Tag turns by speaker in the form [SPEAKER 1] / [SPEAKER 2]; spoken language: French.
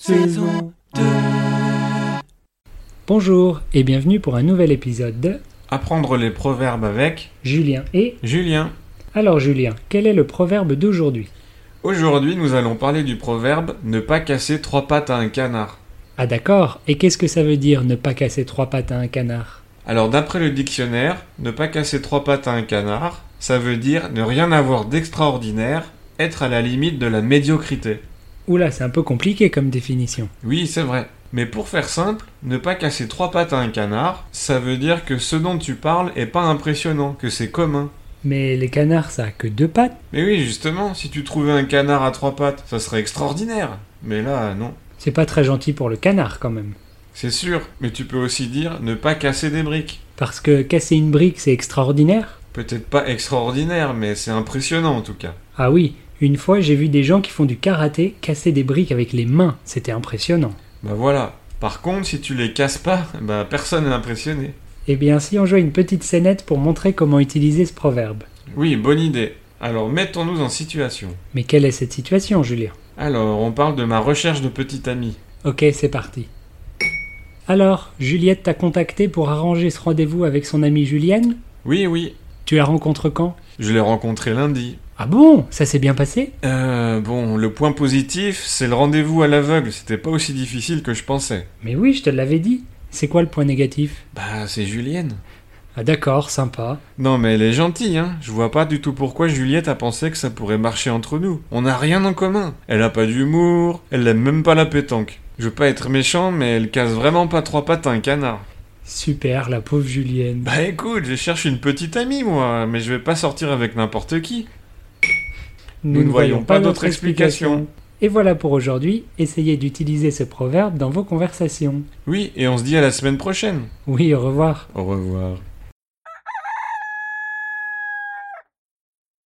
[SPEAKER 1] saison 2.
[SPEAKER 2] Bonjour et bienvenue pour un nouvel épisode de
[SPEAKER 1] Apprendre les proverbes avec
[SPEAKER 2] Julien et...
[SPEAKER 1] Julien.
[SPEAKER 2] Alors Julien, quel est le proverbe d'aujourd'hui
[SPEAKER 1] Aujourd'hui, nous allons parler du proverbe ne pas casser trois pattes à un canard.
[SPEAKER 2] Ah d'accord, et qu'est-ce que ça veut dire ne pas casser trois pattes à un canard
[SPEAKER 1] Alors, d'après le dictionnaire, ne pas casser trois pattes à un canard, ça veut dire ne rien avoir d'extraordinaire, être à la limite de la médiocrité.
[SPEAKER 2] Oula, c'est un peu compliqué comme définition.
[SPEAKER 1] Oui, c'est vrai. Mais pour faire simple, ne pas casser trois pattes à un canard, ça veut dire que ce dont tu parles est pas impressionnant, que c'est commun.
[SPEAKER 2] Mais les canards, ça a que deux pattes
[SPEAKER 1] Mais oui, justement, si tu trouvais un canard à trois pattes, ça serait extraordinaire. Mais là, non.
[SPEAKER 2] C'est pas très gentil pour le canard quand même.
[SPEAKER 1] C'est sûr, mais tu peux aussi dire ne pas casser des briques.
[SPEAKER 2] Parce que casser une brique, c'est extraordinaire
[SPEAKER 1] Peut-être pas extraordinaire, mais c'est impressionnant en tout cas.
[SPEAKER 2] Ah oui, une fois j'ai vu des gens qui font du karaté casser des briques avec les mains, c'était impressionnant.
[SPEAKER 1] Bah voilà. Par contre, si tu les casses pas, bah personne n'est impressionné.
[SPEAKER 2] Eh bien si on jouait une petite scénette pour montrer comment utiliser ce proverbe.
[SPEAKER 1] Oui, bonne idée. Alors mettons-nous en situation.
[SPEAKER 2] Mais quelle est cette situation, Julien
[SPEAKER 1] Alors, on parle de ma recherche de petite amie.
[SPEAKER 2] Ok, c'est parti. Alors, Juliette t'a contacté pour arranger ce rendez-vous avec son amie Julienne
[SPEAKER 1] Oui, oui,
[SPEAKER 2] Tu la rencontres quand
[SPEAKER 1] je l'ai rencontrée lundi.
[SPEAKER 2] Ah bon Ça s'est bien passé
[SPEAKER 1] Euh, bon, le point positif, c'est le rendez-vous à l'aveugle, c'était pas aussi difficile que je pensais.
[SPEAKER 2] Mais oui, je te l'avais dit. C'est quoi le point négatif
[SPEAKER 1] Bah, c'est Julienne.
[SPEAKER 2] Ah d'accord, sympa.
[SPEAKER 1] Non mais elle est gentille, hein. Je vois pas du tout pourquoi Juliette a pensé que ça pourrait marcher entre nous. On n'a rien en commun. Elle a pas d'humour, elle aime même pas la pétanque. Je veux pas être méchant, mais elle casse vraiment pas trois pattes à un canard.
[SPEAKER 2] Super, la pauvre Julienne.
[SPEAKER 1] Bah écoute, je cherche une petite amie moi, mais je vais pas sortir avec n'importe qui. Nous ne voyons pas d'autre explication.
[SPEAKER 2] Et voilà pour aujourd'hui, essayez d'utiliser ce proverbe dans vos conversations.
[SPEAKER 1] Oui, et on se dit à la semaine prochaine.
[SPEAKER 2] Oui, au revoir.
[SPEAKER 1] Au revoir.